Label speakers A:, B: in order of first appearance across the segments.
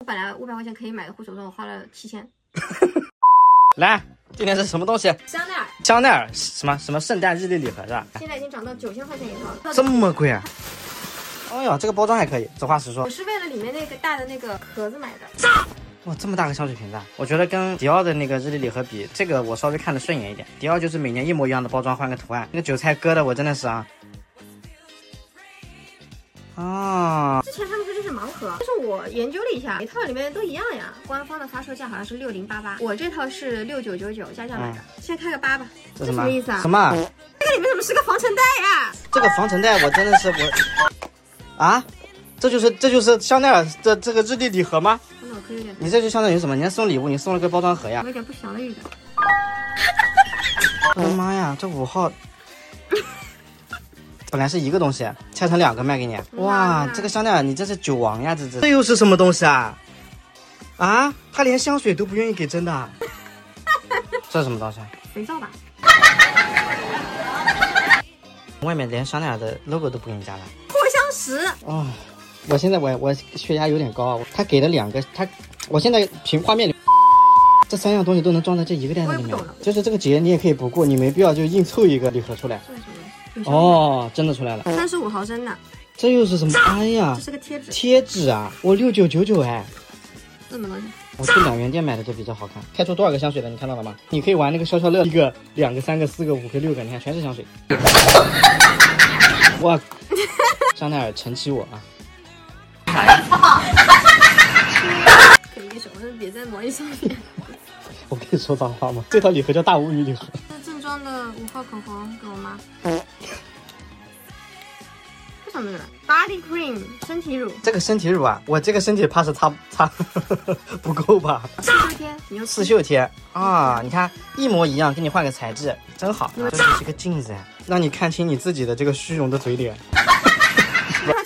A: 我本来五百块钱可以买个护手霜，我花了七千。
B: 来，今天是什么东西？
A: 香奈儿
B: 香奈儿什么什么圣诞日历礼盒是吧？
A: 现在已经涨到九千块钱一套了。
B: 这么贵啊！哎呀，这个包装还可以，实话实
A: 我
B: 说，
A: 是为了里面那个大的那个壳子买的。
B: 哇，这么大个香水瓶子啊，我觉得跟迪奥的那个日历礼盒比，这个我稍微看得顺眼一点。迪奥就是每年一模一样的包装，换个图案，那个韭菜割的我真的是啊。啊，
A: 之前他们说这是盲盒，但是我研究了一下，每套里面都一样呀。官方的发售价好像是六零八八，我这套是六九九九加价买的。先开个八吧，
B: 这
A: 这
B: 什
A: 什
B: 么
A: 么意思啊？
B: 什么？
A: 这个里面怎么是个防尘袋呀？
B: 这个防尘袋我真的是我，啊，这就是这就是香奈儿的这个日历礼盒吗？
A: 真的，我可有点，
B: 你这就相当于什么？你还送礼物，你送了个包装盒呀
A: 我！有点不祥的预感。
B: 我的妈哎呀，这五号本来是一个东西，拆成两个卖给你。
A: 嗯
B: 哇，
A: 啊
B: 这个香奈儿你这是酒王呀，这这这又是什么东西啊？啊，他连香水都不愿意给真的啊， 这是什么东西啊？
A: 肥皂吧，
B: 外面连香奈儿的 logo 都不给你加了。
A: 藿香石，
B: 哦，我现在我我血压有点高啊，我他给了两个，他我现在屏画面里这三样东西都能装在这一个袋子里
A: 我也
B: 面
A: 不懂了，
B: 就是这个节你也可以不过，你没必要就硬凑一个礼盒出来。
A: 这是什么？有香味，
B: 哦，真的出来了，
A: 三十五毫升的，
B: 这又是什么？哎呀
A: 这，是个贴纸，
B: 贴纸啊，我六九九九哎，
A: 这什么东西？
B: 我去两元店买的都比较好看。开出多少个香水了？你看到了吗？你可以玩那个消消乐，一个、两个、三个、四个、五个、六个，你看全是香 水。哇，香奈儿承袭我啊！
A: 可以手，但是别在魔芋上面。
B: 我可以说脏话吗？这套礼盒叫大无语礼盒。
A: 这正装的五号口红给我妈。这什么的？Body cream 身体乳，
B: 这个身体乳啊，我这个身体怕是擦擦 不够吧？
A: 四秋天，你又
B: 刺。绣贴啊，你看一模一样，给你换个材质，真好。啊这只是个镜子，让你看清你自己的这个虚荣的嘴脸。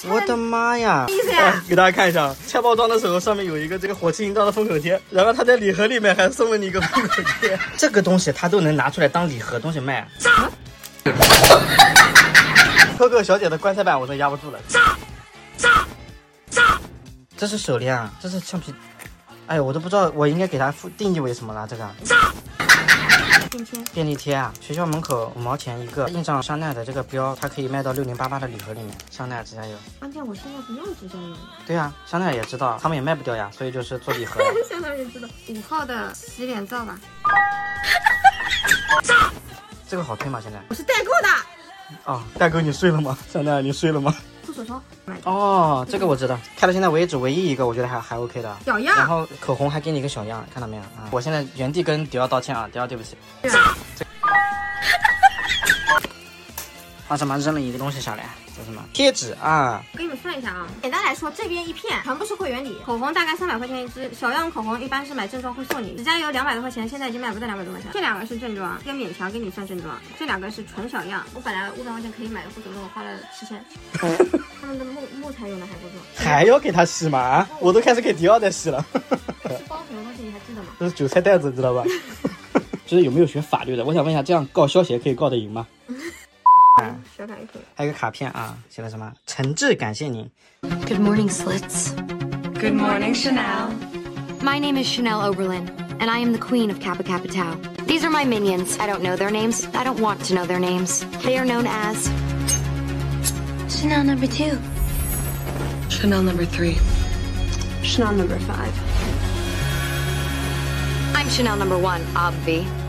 B: 我的妈呀！
A: 意思呀
B: 啊给大家看一下，拆包装的时候上面有一个这个火气营造的封口贴，然后他在礼盒里面还送了你一个封口贴。 这个东西他都能拿出来当礼盒东西卖。Coco 小姐的棺材板我都压不住了。这是手链啊，这是橡皮。哎呦，我都不知道我应该给它赋定义为什么了。这个
A: 便签，
B: 便利贴啊，学校门口五毛钱一个，印上香奈儿的这个标，它可以卖到六零八八的礼盒里面。香奈儿指甲油，
A: 关啊键我现在不用指甲油了，
B: 对啊，香奈儿也知道，他们也卖不掉呀，所以就是做礼盒啊 呀。
A: 相当于知道五号的洗脸皂吧，
B: 这个好推吗？现在
A: 我是代购的，
B: 啊，大哥你睡了吗？香奈儿你睡了吗？
A: 护手霜买的，
B: 哦，这个我知道，开到现在为止唯一一个我觉得还还 OK 的。
A: 小
B: 然
A: 样，
B: 后口红还给你一个小样，看到没有啊？我现在原地跟迪奥道歉啊，迪奥对不起。
A: 对啊
B: 他啊什么扔了一个东西下来，这是什么贴纸啊？
A: 我给你们算一下啊，简单来说，这边一片全部是会员礼，口红大概三百块钱一支，小样口红一般是买正装会送你，指甲油两百多块钱，现在已经买不到两百多块钱。这两个是正装，这个勉强给你算正装，这两个是纯小样。我本来五百块钱可以买个护手霜，我花了七千。他们的木木材用的还不错，
B: 还要给他洗吗？啊我都开始给迪奥在洗了。
A: 是包什么东西你还记得吗？
B: 这是韭菜袋子，知道吧？ 就是有没有学法律的？我想问一下，这样告消协可以告得赢吗？
A: 小感可以。
B: 还有个卡片啊，写了什么？诚挚感谢您。
C: Good morning, Slits.
D: Good morning, Chanel.
C: My name is Chanel Oberlin, and I am the queen of Kappa Kappa Tau. These are my minions. I don't know their names. I don't want to know their names. They are known as Chanel number two.
D: Chanel number three.
C: I'm Chanel number one, obvi.